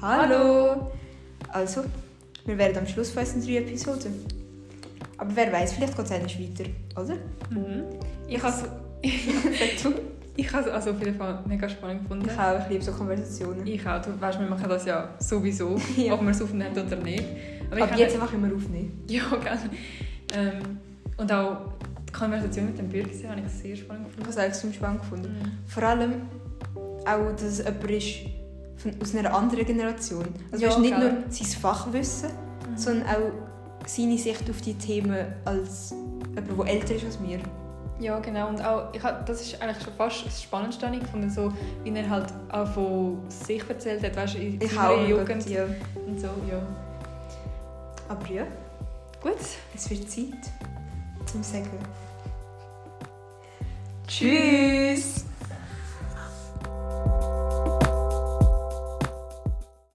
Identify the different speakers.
Speaker 1: Hallo! Also, wir wären am Schluss von unseren drei Episoden. Aber wer weiß, vielleicht geht es eigentlich weiter, oder?
Speaker 2: Mhm. Ich habe
Speaker 1: Sag du.
Speaker 2: ich habe also auf jeden Fall mega spannend gefunden.
Speaker 1: Ich auch, ich liebe so Konversationen.
Speaker 2: Ich auch. Du weißt, wir machen das ja sowieso,
Speaker 1: Ja.
Speaker 2: ob wir es aufnehmen oder nicht. Aber ich
Speaker 1: Ab
Speaker 2: habe-
Speaker 1: jetzt einfach immer aufnehmen.
Speaker 2: Ja, gerne. Ähm, und auch die Konversation mit dem Bürger habe ich sehr spannend
Speaker 1: Ich habe
Speaker 2: gefunden.
Speaker 1: es eigentlich ziemlich spannend gefunden. Vor allem auch, dass es jemand ist von, aus einer anderen Generation. Also
Speaker 2: Ja,
Speaker 1: weißt, nicht
Speaker 2: gell. Mhm.
Speaker 1: nur sein Fachwissen, sondern auch seine Sicht auf die Themen als jemand, der älter ist als wir.
Speaker 2: Ja, genau. Und auch, ich hab, das ist eigentlich schon fast das Spannendste, habe ich gefunden, so, wie er halt auch von sich erzählt hat, weißt du, in
Speaker 1: Ich
Speaker 2: seiner
Speaker 1: auch.
Speaker 2: Jugend
Speaker 1: Ja.
Speaker 2: und so, ja.
Speaker 1: Aber ja,
Speaker 2: Gut.
Speaker 1: es wird Zeit zum Sagen. Tschüss!